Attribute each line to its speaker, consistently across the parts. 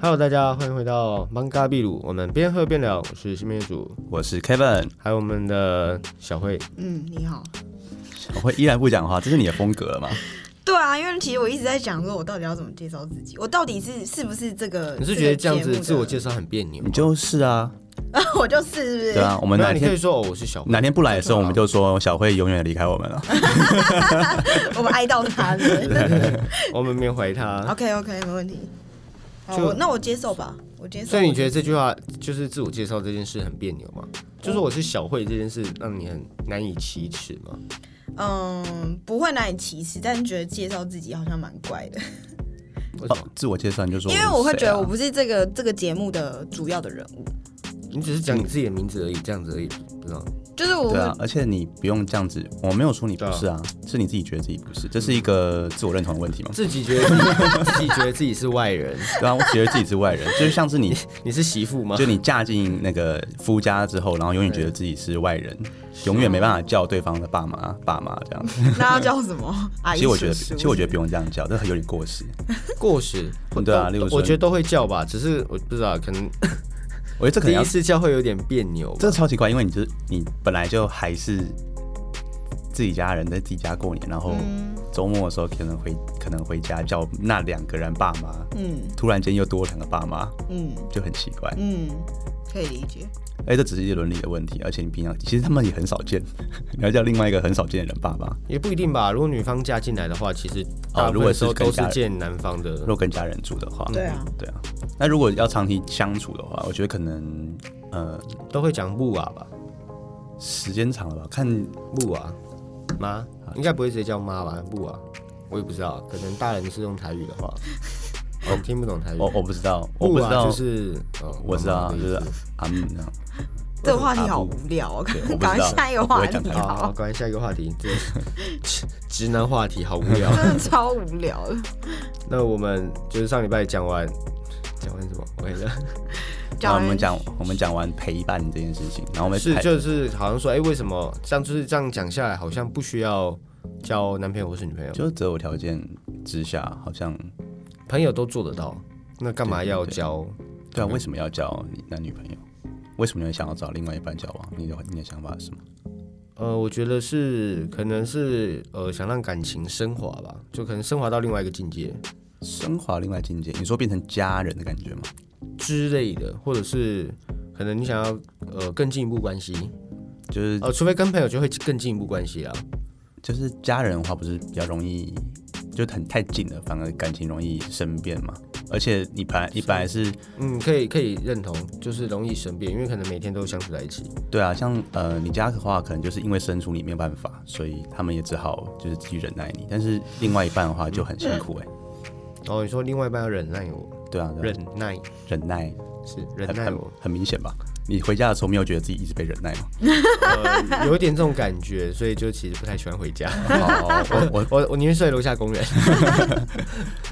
Speaker 1: Hello，大家欢迎回到漫嘎秘鲁，我们边喝边聊，我是新面主，
Speaker 2: 我是 Kevin，
Speaker 1: 还有我们的小慧。
Speaker 3: 嗯，你好。
Speaker 2: 我会依然不讲话，这是你的风格 嘛？
Speaker 3: 对啊，因为其实我一直在讲说，我到底要怎么介绍自己，我到底是是不是这个？
Speaker 1: 你是觉得这样子自我介
Speaker 3: 绍？
Speaker 1: 绍很别扭吗？
Speaker 2: 你就是啊，
Speaker 3: 我就是是不是？
Speaker 2: 对啊，我们
Speaker 1: 没有
Speaker 2: 哪
Speaker 1: 你可
Speaker 2: 天
Speaker 1: 以说哦，我是小慧
Speaker 2: 哪天不来的时候，我们就说小慧永远离开我们了。
Speaker 3: 我们哀悼他是不是
Speaker 1: 我们没有怀疑
Speaker 2: 啊
Speaker 1: 他。
Speaker 3: OK OK，没问题。好，
Speaker 1: 就
Speaker 3: 我那我接受吧，我接受。
Speaker 1: 所以你觉得这句话就是自我介绍这件事很别扭吗？就是我是小慧这件事让你很难以启齿吗？
Speaker 3: 嗯，不会难以启齿，但是觉得介绍自己好像蛮怪的，
Speaker 1: 为什
Speaker 2: 哦
Speaker 1: 么？
Speaker 2: 自我介绍你就说
Speaker 3: 因
Speaker 2: 是谁啊，
Speaker 3: 为我会觉得我不是这个这个节目的主要的人物，
Speaker 1: 你只是讲你自己的名字而已，这样子而已，不知道？
Speaker 3: 就是
Speaker 2: 对
Speaker 3: 我会、
Speaker 2: 啊，而且你不用这样子，我没有说你不是啊，是你自己觉得自己不是，这是一个自我认同的问题嘛？
Speaker 1: 自己觉得自己 自己觉得自己是外人，
Speaker 2: 对啊，我觉得自己是外人，就是像是 你，
Speaker 1: 你是媳妇吗？
Speaker 2: 就你嫁进那个夫家之后，然后永远觉得自己是外人，
Speaker 3: 啊
Speaker 2: 永远没办法叫对方的爸妈爸妈这样。
Speaker 3: 那要叫 什么？阿姨
Speaker 2: 其实我觉得，
Speaker 3: 叔叔
Speaker 2: 其实我觉得不用这样叫，这有点过时。
Speaker 1: 过时，
Speaker 2: 对啊
Speaker 1: 都
Speaker 2: 例如说
Speaker 1: 我觉得都会叫吧，只是我不知道，可能
Speaker 2: 我觉得这可
Speaker 1: 第
Speaker 2: 能要
Speaker 1: 一次叫会有点别扭吧。
Speaker 2: 这超奇怪，因为你就是你本来就还是自己家人在自己家过年，然后
Speaker 3: 嗯
Speaker 2: 周末的时候可能回可能回家叫那两个人爸妈，
Speaker 3: 嗯
Speaker 2: 突然间又多两个爸妈，
Speaker 3: 嗯
Speaker 2: 就很奇怪。
Speaker 3: 嗯，可以理解。
Speaker 2: 哎、这只是一个伦理的问题，而且你平常其实他们也很少见，
Speaker 3: 嗯
Speaker 2: 你要叫另外一个很少见的人爸爸，
Speaker 1: 也不一定吧。如果女方嫁进来的话，其实大部
Speaker 2: 哦如果
Speaker 1: 分
Speaker 2: 是
Speaker 1: 时候
Speaker 2: 跟
Speaker 1: 都是
Speaker 2: 家人
Speaker 1: 见男方的
Speaker 2: 如。果跟家人住的话，
Speaker 3: 对啊，
Speaker 2: 对啊。那如果要长期相处的话，我觉得可能呃
Speaker 1: 都会讲木啊吧，
Speaker 2: 时间长了吧，看
Speaker 1: 木啊，妈，应该不会直接叫妈吧，木啊，我也不知道，可能大人是用台语的 话，我听不懂台语。
Speaker 2: 我我不知道，我
Speaker 1: 木
Speaker 2: 不知
Speaker 1: 啊
Speaker 2: 道，
Speaker 1: 就是，哦
Speaker 2: 我知道
Speaker 1: 妈
Speaker 2: 啊
Speaker 1: 妈的意
Speaker 2: 就是
Speaker 1: 思
Speaker 2: 阿木那样。
Speaker 3: 这个话题好无聊哦，
Speaker 2: 对我不知道
Speaker 3: 赶快下一个话题
Speaker 2: 我不会讲
Speaker 1: 好好，
Speaker 3: 好，
Speaker 1: 关于下一个话题，这 直直男话题好无 聊。
Speaker 3: 真的超无聊的。
Speaker 1: 那我们就是上礼拜讲完，讲完什么？我也是，
Speaker 2: 然后我们
Speaker 3: 人
Speaker 2: 讲，我们讲完陪伴这件事情，然后我们
Speaker 1: 是
Speaker 2: 陪
Speaker 1: 就是好像说，哎、为什么这样就是这样讲下来，好像不需要交男朋友或是女朋友，
Speaker 2: 就是择偶条件之下，好像
Speaker 1: 朋友都做得到，那干嘛
Speaker 2: 对对
Speaker 1: 要
Speaker 2: 对
Speaker 1: 交？
Speaker 2: 对
Speaker 1: 嗯
Speaker 2: 啊，为什么要交你男女朋友？为什么你会想要找另外一半交往？你的你的想法是什么？
Speaker 1: 呃，我觉得是可能是呃想让感情升华吧，就可能升华到另外一个境界
Speaker 2: 升华啊另外境界，你说变成家人的感觉吗？
Speaker 1: 之类的，或者是可能你想要呃更进一步关系，
Speaker 2: 就是
Speaker 1: 呃，除非跟朋友就会更进一步关系啦。
Speaker 2: 就是家人的话，不是比较容易，就很太近了，反而感情容易生变嘛。而且你本来你本来是
Speaker 1: 嗯，可以可以认同，就是容易生变，因为可能每天都相处在一起。
Speaker 2: 对啊，像呃，你家的话，可能就是因为生疏你没有办法，所以他们也只好就是自己忍耐你。但是另外一半的话就很辛苦哎、
Speaker 1: 哦，你说另外一半要忍耐我，
Speaker 2: 对啊，对啊
Speaker 1: 忍耐
Speaker 2: 忍耐
Speaker 1: 是忍
Speaker 2: 很
Speaker 1: 耐
Speaker 2: 很
Speaker 1: 我，
Speaker 2: 很明显吧？你回家的时候没有觉得自己一直被忍耐 吗？
Speaker 1: 呃，有一点这种感觉，所以就其实不太喜欢回家。
Speaker 2: 哦，我我
Speaker 1: 我我宁愿睡楼下公园。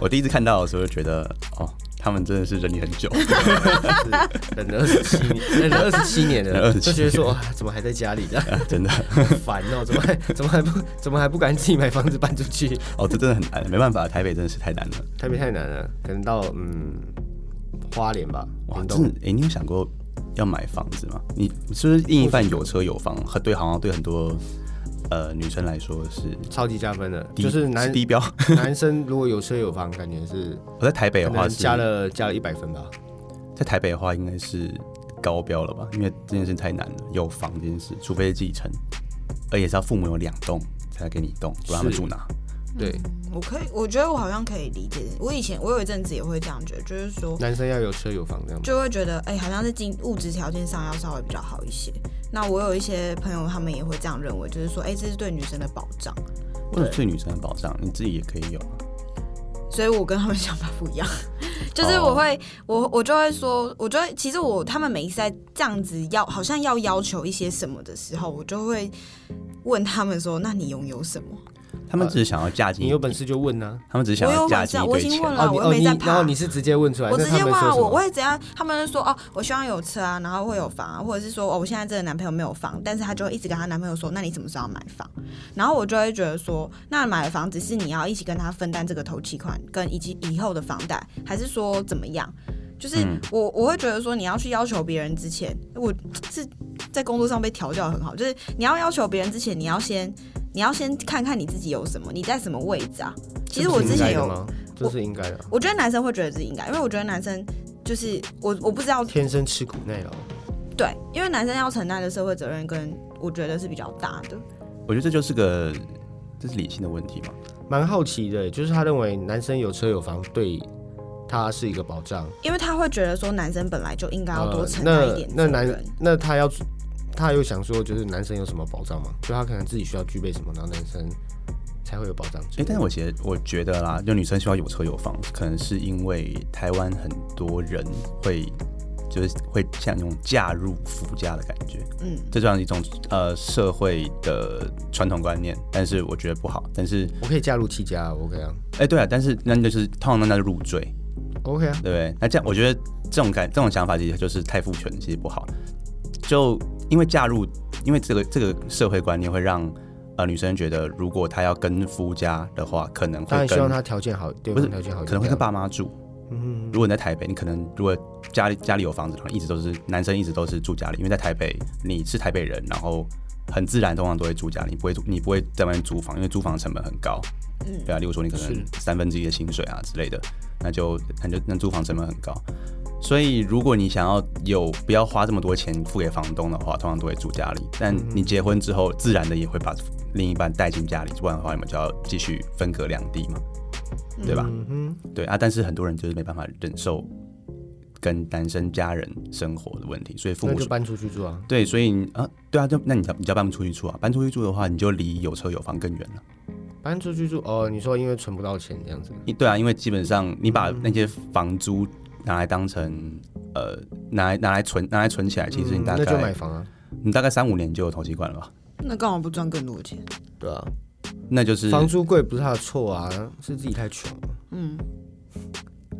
Speaker 2: 我第一次看到的时候就觉得，哦，他们真的是忍你很久，
Speaker 1: 忍了二十七年， 忍了二十七年了，
Speaker 2: 忍了27
Speaker 1: 就觉得说啊，怎么还在家里 呢？
Speaker 2: 真的。
Speaker 1: 烦哦，怎么还怎么还不怎么还不敢自己买房子搬出去？
Speaker 2: 哦，这真的很难，没办法，台北真的是太难了。
Speaker 1: 台北太难了，可能到嗯花莲吧，
Speaker 2: 哇，
Speaker 1: 屏
Speaker 2: 真的
Speaker 1: 东，
Speaker 2: 哎、你有想过要买房子吗？你你是不是另一半有车有房？很对，好像对很多呃女生来说是
Speaker 1: 超级加分的，
Speaker 2: 低，
Speaker 1: 就是男
Speaker 2: 低标。
Speaker 1: 男生如果有车有房，感觉是
Speaker 2: 我在台北
Speaker 1: 可
Speaker 2: 的话
Speaker 1: 能
Speaker 2: 是
Speaker 1: 加了加了一百分吧。
Speaker 2: 在台北的话应该是高标了吧？因为这件事太难了，有房这件事，除非是继承，而且是要父母有两栋才给你一栋，不然他们
Speaker 1: 是
Speaker 2: 住哪？
Speaker 3: 嗯
Speaker 1: 对，
Speaker 3: 我可以，我觉得我好像可以理解。我以前我有一阵子也会这样觉得，就是说，
Speaker 1: 男生要有车有房这样吗。
Speaker 3: 就会觉得，哎、好像是经物质条件上要稍微比较好一些。那我有一些朋友，他们也会这样认为，就是说，哎、这是对女生的保障。
Speaker 2: 或者对女生的保障，你自己也可以有啊。
Speaker 3: 所以我跟他们想法不一样， 就是我会，我我就会说，我觉得其实我他们每一次在这样子要，好像要要求一些什么的时候，我就会问他们说，那你拥有什么？
Speaker 2: 他们只是想要嫁进
Speaker 1: 你有本事就问呐、
Speaker 2: 他们只是想
Speaker 3: 我
Speaker 2: 要
Speaker 3: 有
Speaker 2: 嫁
Speaker 3: 晚
Speaker 2: 进
Speaker 3: 上
Speaker 2: 一
Speaker 3: 我
Speaker 2: 堆
Speaker 3: 已经
Speaker 2: 钱。
Speaker 3: 问了啊
Speaker 1: 你
Speaker 3: 我又
Speaker 1: 哦
Speaker 3: 没
Speaker 1: 你
Speaker 3: 在怕
Speaker 1: 然后你是直接问出来，
Speaker 3: 我
Speaker 1: 那
Speaker 3: 直接
Speaker 1: 他们
Speaker 3: 问啊，
Speaker 1: 说什么
Speaker 3: 我我会怎样？他们就说哦，我希望有车啊，然后会有房啊，或者是说哦，我现在这个男朋友没有房，但是她就会一直跟她男朋友说，那你什么时候要买房？然后我就会觉得说，那买了房子是你要一起跟他分担这个头期款跟以及以后的房贷，还是说怎么样？就是
Speaker 1: 嗯
Speaker 3: 我我会觉得说，你要去要求别人之前，我是在工作上被调教得很好，就是你要要求别人之前，你要先你要先看看你自己有什么，你在什么位置啊。其实我之前有，
Speaker 1: 这是应该的吗，这是应该的啊，
Speaker 3: 我觉得男生会觉得自己应该，因为我觉得男生就是我我不知道
Speaker 1: 天生吃苦耐劳。
Speaker 3: 对，因为男生要承担的社会责任跟我觉得是比较大的。
Speaker 2: 我觉得这就是个这是理性的问题嘛。
Speaker 1: 蛮好奇的，欸就是他认为男生有车有房对他是一个保障。
Speaker 3: 因为他会觉得说男生本来就应该要多
Speaker 1: 呃
Speaker 3: 承担一
Speaker 1: 那
Speaker 3: 点、
Speaker 1: 那男，那他要他有想说，就是男生有什么保障吗？就他可能自己需要具备什么，然后男生才会有保障之
Speaker 2: 哎、
Speaker 1: 类的。
Speaker 2: 但是我觉得我觉得啦，就女生希望有车有房，可能是因为台湾很多人会就是会像用嫁入夫家的感觉，
Speaker 3: 嗯，
Speaker 2: 这算一种呃社会的传统观念，但是我觉得不好。但是
Speaker 1: 我可以嫁入戚家啊，我 OK 啊
Speaker 2: 哎、对啊，但是那就是通常那就是入赘，
Speaker 1: ，OK 啊
Speaker 2: 对，不对？那这样我觉得这种感这种想法其实就是太父权，其实不好。就因为嫁入，因为这个这个社会观念会让呃女生觉得，如果她要跟夫家的话，可能
Speaker 1: 当
Speaker 2: 会
Speaker 1: 然希望
Speaker 2: 跟
Speaker 1: 他条件好，对
Speaker 2: 不
Speaker 1: 方
Speaker 2: 是
Speaker 1: 条件好一点，
Speaker 2: 可能会跟爸妈住。
Speaker 1: 嗯，嗯
Speaker 2: 如果你在台北，你可能如果家里家里有房子，然后一直都是男生一直都是住家里，因为在台北你是台北人，然后很自然通常都会住家里，你不会住你不会在外面租房，因为租房成本很高。
Speaker 3: 嗯
Speaker 2: 对啊，例如说你可能三分之一的薪水啊之类的，那就那就那租房成本很高。所以如果你想要有不要花这么多钱付给房东的话，通常都会住家里。
Speaker 1: 嗯
Speaker 2: 但你结婚之后，自然的也会把另一半带进家里，不然的话你们就要继续分隔两地嘛，对吧？
Speaker 1: 嗯哼，
Speaker 2: 对啊，但是很多人就是没办法忍受跟单身家人生活的问题，所以父
Speaker 1: 那
Speaker 2: 母
Speaker 1: 就
Speaker 2: 说
Speaker 1: 搬出去住啊。
Speaker 2: 对，所以你啊，对啊，就那你要你就要搬不出去住啊，搬出去住的话，你就离有车有房更远了。
Speaker 1: 搬出去住哦，你说因为存不到钱这样子，
Speaker 2: 因对啊，因为基本上你把那些房租拿来当成呃拿来拿来存拿来存起来，其实你
Speaker 1: 嗯
Speaker 2: 大
Speaker 1: 那就买
Speaker 2: 概、
Speaker 1: 房啊，
Speaker 2: 你大概三五年就有投机款了吧？
Speaker 3: 那干嘛不赚更多的钱？
Speaker 1: 对啊，
Speaker 2: 那就是
Speaker 1: 房租贵不是他的错啊，是自己太穷了。
Speaker 3: 嗯，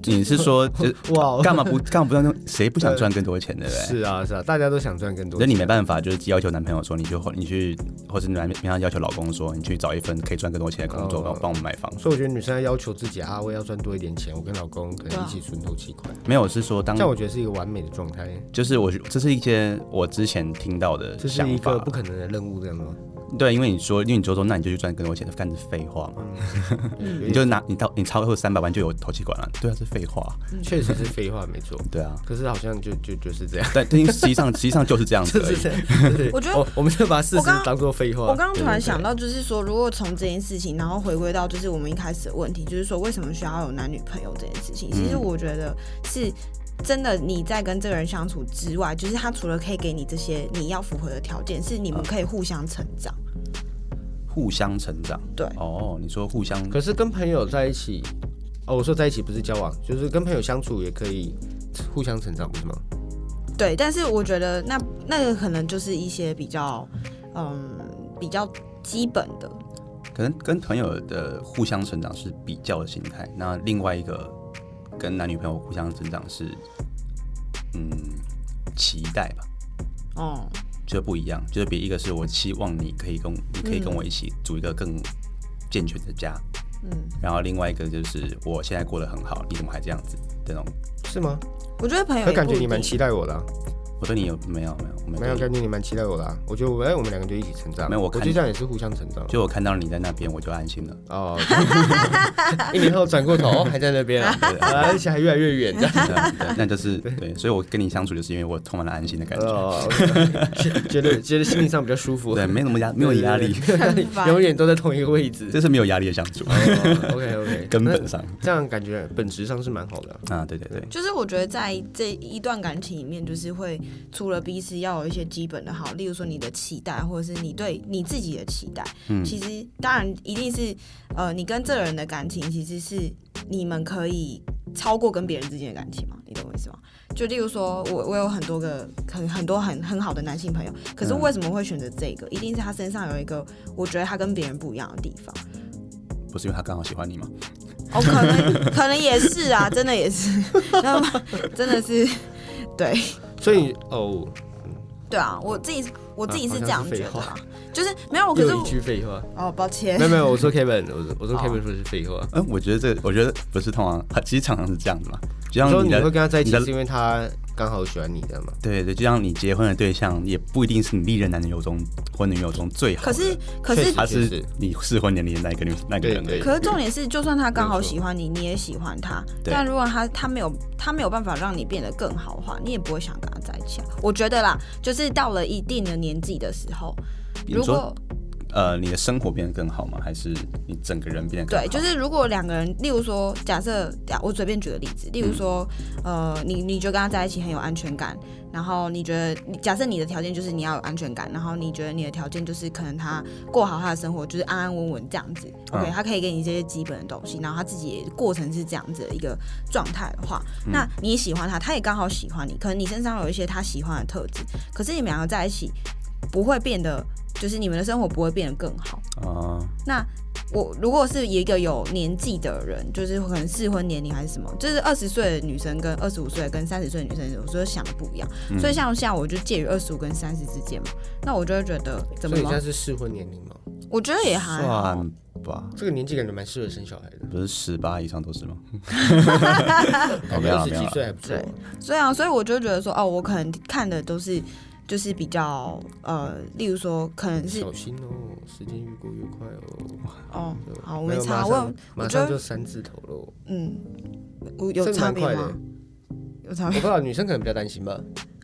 Speaker 2: 你是说 就是
Speaker 1: 哇，
Speaker 2: 干嘛不干嘛不让谁不想赚更多钱，对不对？
Speaker 1: 哦 是啊是啊，大家都想赚更多
Speaker 2: 那
Speaker 1: 钱。
Speaker 2: 你没办法，就是要求男朋友说你去你去，或者男平常要求老公说你去找一份可以赚更多钱的工作，
Speaker 1: 哦
Speaker 2: 帮、帮我们买房。
Speaker 1: 所以我觉得女生要要求自己啊，我也要赚多一点钱，我跟老公可
Speaker 3: 啊
Speaker 1: 能一起存头期款，
Speaker 2: 没有是说当
Speaker 1: 这样我觉得是一个完美的状态。
Speaker 2: 就是我这是一些我之前听到的
Speaker 1: 这是
Speaker 2: 想
Speaker 1: 一
Speaker 2: 法
Speaker 1: 个，不可能的任务，这样吗？
Speaker 2: 对，因为你说因为你就说那你就去赚更多钱，干是废话嘛，
Speaker 1: 你
Speaker 2: 你就拿你到你超过三百万就有投期款了，对啊是废话，
Speaker 3: 嗯
Speaker 1: 确实是废话，没错。
Speaker 2: 对啊，
Speaker 1: 可是好像就就就是这样，
Speaker 2: 但但实际上实际上就是这样子
Speaker 1: 就
Speaker 2: 而
Speaker 1: 是
Speaker 2: 已，
Speaker 1: 这样。对
Speaker 3: 我觉得
Speaker 1: 哦我们就把事
Speaker 3: 我
Speaker 1: 实
Speaker 3: 刚刚
Speaker 1: 当做废话。
Speaker 3: 我刚刚突然
Speaker 1: 对
Speaker 3: 想，到，就是说，如果从这件事情，然后回归到就是我们一开始的问题，就是说为什么需要有男女朋友这件事情，其实
Speaker 1: 嗯
Speaker 3: 我觉得是。真的，你在跟这个人相处之外，就是他除了可以给你这些你要符合的条件，是你
Speaker 1: 嗯
Speaker 3: 们可以互相成长。
Speaker 2: 互相成长。
Speaker 3: 对
Speaker 2: 哦，你说互相
Speaker 1: 对可是跟朋友在一起，哦，我说在一起不是交往，就是跟朋友相处也可以互相成长，不是吗？
Speaker 3: 对，但是我觉得那那个可能就是一些比较，嗯，比较基本的，
Speaker 2: 可能跟朋友的互相成长是比较的心态，那另外一个跟男女朋友互相成长是，嗯，期待吧，
Speaker 3: 哦、
Speaker 2: 就不一样，就是比一个是我期望你可以跟你可以跟我一起组一个更健全的家，
Speaker 3: 嗯，
Speaker 2: 然后另外一个就是我现在过得很好，你怎么还这样子？这种
Speaker 1: 是吗？
Speaker 3: 我觉得朋友
Speaker 1: 可
Speaker 3: 也
Speaker 1: 感
Speaker 3: 哎不
Speaker 1: 觉
Speaker 3: 一
Speaker 1: 你蛮
Speaker 3: 定
Speaker 1: 期待我的啊，
Speaker 2: 我对你有没有没有我没有
Speaker 1: 没有感觉你蛮期待我的啊。我觉得我哎，我们两个就一起成长。
Speaker 2: 没有我
Speaker 1: 我觉
Speaker 2: 看
Speaker 1: 得这样也是互相成长。
Speaker 2: 就我看到你在那边我就安心了，
Speaker 1: 哦， 一年后转过头哦还在那 边啊，啊而且还越来越远这样。
Speaker 2: 对啊对啊那就是对，所以我跟你相处就是因为我充满了安心的感 觉，
Speaker 1: 哦， 觉得觉得心理上比较舒服，
Speaker 2: 对，没有那么压没有压力，
Speaker 1: 对，对对
Speaker 3: 很 烦
Speaker 1: 永远都在同一个位置。
Speaker 2: 这是没有压力的相处，
Speaker 1: OK OK，
Speaker 2: 根本上。
Speaker 1: 这样感觉本质上是蛮好的啊。
Speaker 2: 啊，对对对，
Speaker 3: 就是我觉得在这一段感情里面，就是会除了彼此要有一些基本的好，例如说你的期待，或者是你对你自己的期待。
Speaker 2: 嗯
Speaker 3: 其实当然一定是呃，你跟这个人的感情其实是你们可以超过跟别人之间的感情嘛，你懂我意思吗？就例如说我我有很多个很很多很很好的男性朋友，可是为什么会选择这个？一定是他身上有一个我觉得他跟别人不一样的地方。
Speaker 2: 不是因为他刚好喜欢你吗？
Speaker 3: 哦，可能可能也是啊，真的也是， 那么真的是，对
Speaker 1: 所以哦，
Speaker 3: 对啊，我自己我自己
Speaker 1: 啊
Speaker 3: 是
Speaker 1: 好像
Speaker 3: 这样
Speaker 1: 是废
Speaker 3: 觉得
Speaker 1: 话
Speaker 3: 啦，就是没有，可是
Speaker 1: 又一
Speaker 3: 我
Speaker 1: 句废话。
Speaker 3: 哦，抱歉
Speaker 1: 没，有没有，我说 Kevin，我说我说
Speaker 3: 哦
Speaker 1: Kevin 说是废话。
Speaker 2: 嗯，我觉得这，我觉得不是通常，其实常常是这样的嘛。就
Speaker 1: 你说
Speaker 2: 像
Speaker 1: 你
Speaker 2: 的，
Speaker 1: 会跟他在一起
Speaker 2: 你的
Speaker 1: 是因为他刚好喜欢你，这样吗？
Speaker 2: 对对，就像你结婚的对象，也不一定是你历任男女友中或女友中最好的。
Speaker 3: 可是可是
Speaker 1: 确实
Speaker 2: 他
Speaker 1: 也
Speaker 2: 是
Speaker 1: 是
Speaker 2: 你适婚年龄的那一个女那个人而
Speaker 1: 对
Speaker 2: 已。
Speaker 3: 可是重点是，就算他刚好
Speaker 1: 没错
Speaker 3: 喜欢你，你也喜欢他，
Speaker 2: 对
Speaker 3: 但如果他他没有他没有办法让你变得更好的话，你也不会想跟他在一起啊。我觉得啦，就是到了一定的年纪的时候，
Speaker 2: 你
Speaker 3: 如
Speaker 2: 说
Speaker 3: 果
Speaker 2: 呃，你的生活变得更好吗？还是你整个人变得更好？
Speaker 3: 对，就是如果两个人，例如说，假设假我随便举个例
Speaker 2: 嗯
Speaker 3: 子，例如说，呃，你你觉得跟他在一起很有安全感，然后你觉得，你假设你的条件就是你要有安全感，然后你觉得你的条件就是可能他过好他的生活，就是安安稳稳这样子、
Speaker 2: 嗯
Speaker 3: o k 他可以给你这些基本的东西，然后他自己也过程是这样子的一个状态的话，那你喜欢他，他也刚好喜欢你，可能你身上有一些他喜欢的特质，可是你们两个在一起不会变得，就是你们的生活不会变得更好。
Speaker 2: 啊、
Speaker 3: 那我如果是一个有年纪的人，就是可能适婚年龄还是什么，就是二十岁的女生跟二十五岁跟三十岁的女生，我就想的不一样。
Speaker 1: 嗯
Speaker 3: 所以像像我就介于二十五跟三十之间嘛，那我就会觉得怎
Speaker 1: 所
Speaker 3: 么
Speaker 1: 以你现在
Speaker 3: 了？
Speaker 1: 是适婚年龄吗？
Speaker 3: 我觉得也还好，
Speaker 2: 算吧，
Speaker 1: 这个年纪感觉蛮适合生小孩的，
Speaker 2: 不是十八以上都 是吗？
Speaker 1: 感觉二十
Speaker 2: 没有啊没有啊
Speaker 1: 几岁还不错。
Speaker 3: 对所以啊，所以我就觉得说，哦，我可能看的都是就是比较呃，例如说可能是
Speaker 1: 小心哦，时间越过越快哦。
Speaker 3: 哦，好，我
Speaker 1: 没
Speaker 3: 没
Speaker 1: 有
Speaker 3: 差，
Speaker 1: 马
Speaker 3: 我
Speaker 1: 上
Speaker 3: 有我
Speaker 1: 马
Speaker 3: 觉
Speaker 1: 上
Speaker 3: 得
Speaker 1: 就三字头喽，
Speaker 3: 嗯，我
Speaker 1: 这
Speaker 3: 有
Speaker 1: 个
Speaker 3: 差
Speaker 1: 蛮
Speaker 3: 别
Speaker 1: 快的。
Speaker 3: 吗？有差
Speaker 1: 我
Speaker 3: 别
Speaker 1: 不知道女生可能比较担心吧，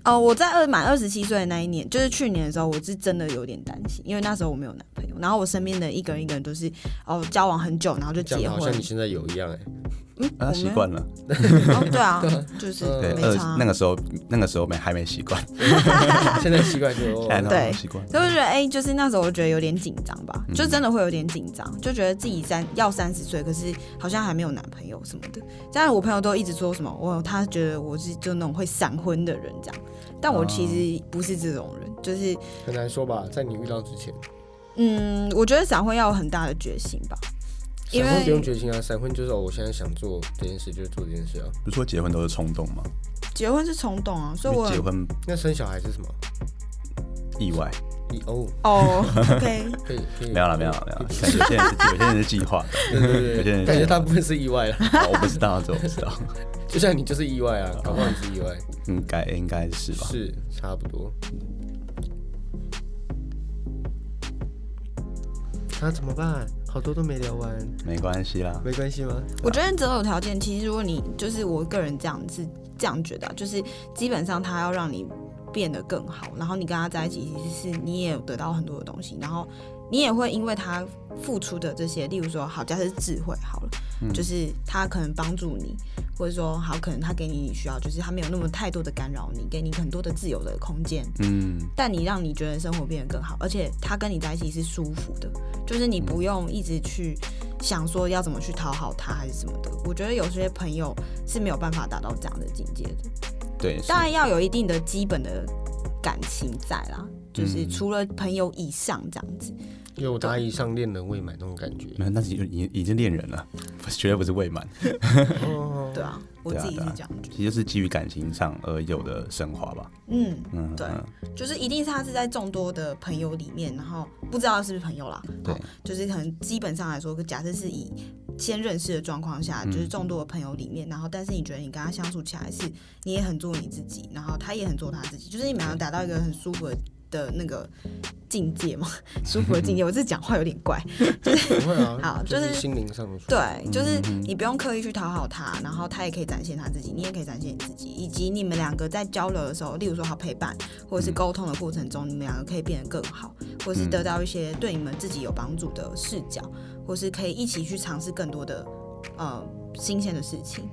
Speaker 3: 哦，我在二满二十七岁的那一年，就是去年的时候，我是真的有点担心，因为那时候我没有男朋友，然后我身边的一个人一个人都是哦交往很久，然 后就
Speaker 1: 讲
Speaker 3: 结
Speaker 1: 的好
Speaker 3: 婚
Speaker 1: 像你，现在有一 样哎。
Speaker 3: 嗯，
Speaker 2: 啊，
Speaker 3: 我
Speaker 2: 习
Speaker 3: 没有
Speaker 2: 惯了。
Speaker 3: 哦， 对啊，就是
Speaker 1: 呃
Speaker 2: 对，
Speaker 3: 没
Speaker 2: 二
Speaker 3: 差
Speaker 2: 呃
Speaker 3: 啊
Speaker 2: 那，个时候那个时候没还没习惯，
Speaker 1: 现在习惯就哦
Speaker 2: 现在都
Speaker 3: 哦对
Speaker 2: 习惯了。
Speaker 3: 所以我就觉得哎、就是那时候我觉得有点紧张吧，就
Speaker 2: 嗯
Speaker 3: 真的会有点紧张，就觉得自己三要三十岁，可是好像还没有男朋友什么的。但是我朋友都一直说什么，我他觉得我是就那种会闪婚的人这样，但我
Speaker 2: 哦
Speaker 3: 其实不是这种人，就是
Speaker 1: 很难说吧，在你遇到之前，
Speaker 3: 嗯，我觉得闪婚要有很大的决心吧。因
Speaker 1: 闪
Speaker 3: 为
Speaker 1: 婚不用决心啊，闪婚就是哦，我现在想做这件事就做这件事啊。
Speaker 2: 不是说结婚都是冲动吗？
Speaker 3: 结婚是冲动啊，所以
Speaker 2: 因
Speaker 3: 我
Speaker 2: 为
Speaker 3: 很
Speaker 2: 结婚
Speaker 1: 那生小孩是什么？
Speaker 2: 意外，
Speaker 1: 一哦，
Speaker 3: 哦，OK，
Speaker 1: 可以可以，
Speaker 2: 没有了，没有了，没 有了。可能有些人是有些人是计划的，
Speaker 1: 对对
Speaker 2: 有些
Speaker 1: 对，
Speaker 2: 人
Speaker 1: 感觉大部分是意外了，
Speaker 2: 我不知道，这我不知道，
Speaker 1: 就像你就是意外啊，搞不好你是意外，
Speaker 2: 应该应该是吧？
Speaker 1: 是差不多。那、啊怎么办？好多都没聊完，
Speaker 2: 没关系啦，
Speaker 1: 没关系吗？
Speaker 3: 我觉得择偶条件，其实如果你就是我个人这样是这样觉得啊、就是基本上他要让你变得更好，然后你跟他在一起，其实是你也有得到很多的东西，然后你也会因为他付出的这些，例如说好，假设是智慧好了，
Speaker 2: 嗯
Speaker 3: 就是他可能帮助你，或者说好，可能他给你你需要，就是他没有那么太多的干扰你，给你很多的自由的空间，
Speaker 2: 嗯，
Speaker 3: 但你让你觉得生活变得更好，而且他跟你在一起是舒服的，就是你不用一直去想说要怎么去讨好他还是什么的。我觉得有些朋友是没有办法达到这样的境界的，
Speaker 2: 对，是
Speaker 3: 当然要有一定的基本的感情在啦，就是
Speaker 2: 嗯
Speaker 3: 除了朋友以上这样子。
Speaker 1: 有达以上恋人未满那种感觉。
Speaker 2: 没有，那是已已已经恋人了，不是绝对不是未满，
Speaker 1: 哦，
Speaker 3: 对啊，我
Speaker 2: 对啊
Speaker 3: 自己是
Speaker 2: 对啊
Speaker 3: 这样觉
Speaker 2: 其
Speaker 3: 得。
Speaker 2: 实就是基于感情上而有的升华吧。
Speaker 3: 嗯，
Speaker 2: 嗯，
Speaker 3: 对
Speaker 2: 嗯
Speaker 3: 就是一定是他是在众多的朋友里面，然后不知道是不是朋友啦，
Speaker 2: 对
Speaker 3: 哦，就是可能基本上来说，假设是以先认识的状况下，
Speaker 2: 嗯
Speaker 3: 就是众多的朋友里面，然后但是你觉得你跟他相处起来是你也很做你自己，然后他也很做他自己，就是你们要达到一个很舒服的。的那个境 界嘛，舒服的境界。我这讲话有点怪，
Speaker 1: 不会啊，
Speaker 3: 好
Speaker 1: 就
Speaker 3: 就是
Speaker 1: 心灵上的触
Speaker 3: 对，就是
Speaker 2: 嗯
Speaker 3: 你不用刻意去讨好他，然后他也可以展现他自己，你也可以展现你自己，以及你们两个在交流的时候，例如说好陪伴或者
Speaker 2: 嗯
Speaker 3: 是沟通的过程中，你们两个可以变得更好，或是得到一些对你们自己有帮助的视角，或是可以一起去尝试更多的呃新鲜的事情。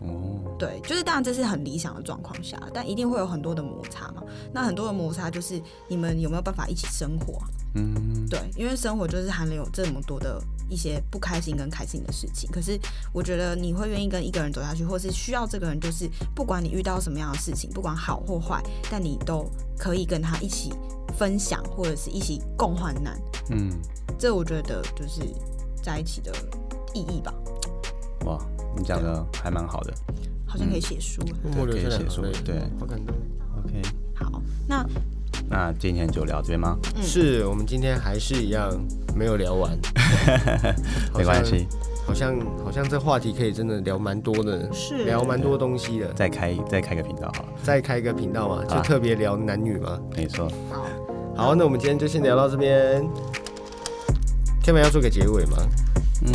Speaker 2: 哦，
Speaker 3: 对，就是当然这是很理想的状况下，但一定会有很多的摩擦嘛。那很多的摩擦就是你们有没有办法一起生活啊、
Speaker 2: 嗯，
Speaker 3: 对，因为生活就是含有这么多的一些不开心跟开心的事情。可是我觉得你会愿意跟一个人走下去，或是需要这个人，就是不管你遇到什么样的事情，不管好或坏，但你都可以跟他一起分享，或者是一起共患难。
Speaker 2: 嗯，
Speaker 3: 这我觉得就是在一起的意义吧。
Speaker 2: 哇，你讲的还蛮好的。
Speaker 3: 好像可以写书了。
Speaker 1: 默默流下
Speaker 2: 可以
Speaker 1: 两
Speaker 2: 写
Speaker 1: 行
Speaker 2: 出
Speaker 1: 泪，
Speaker 2: 对
Speaker 1: 好感动。
Speaker 2: OK，
Speaker 3: 好，那
Speaker 2: 那今天就聊这边吗？
Speaker 1: 嗯是我们今天还是一样没有聊完，好像
Speaker 2: 没关系，
Speaker 1: 好像好像这话题可以真的聊蛮多的，
Speaker 3: 是
Speaker 1: 聊蛮多东西的。
Speaker 2: 再开再开个频道好了。
Speaker 1: 再开一个频道嘛，就
Speaker 2: 啊
Speaker 1: 特别聊男女嘛。
Speaker 2: 没错，
Speaker 3: 好，
Speaker 1: 好，那我们今天就先聊到这边。天美要做个结尾吗？
Speaker 2: 嗯，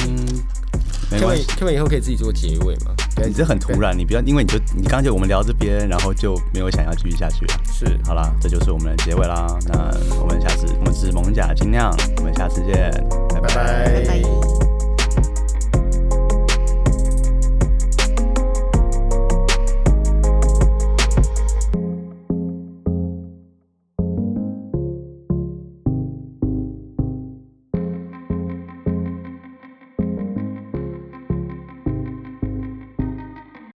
Speaker 2: 没
Speaker 1: 天
Speaker 2: 关
Speaker 1: 美
Speaker 2: 系。
Speaker 1: 天美以后可以自己做结尾吗？对
Speaker 2: 你这很突然，你不要，因为你就你刚刚就我们聊这边，然后就没有想要继续下去了。
Speaker 1: 是
Speaker 2: 好啦，这就是我们的结尾啦。那我们下次我们是蒙甲精酿，我们下次见，拜
Speaker 1: 拜
Speaker 2: 拜
Speaker 1: 拜
Speaker 3: 拜拜。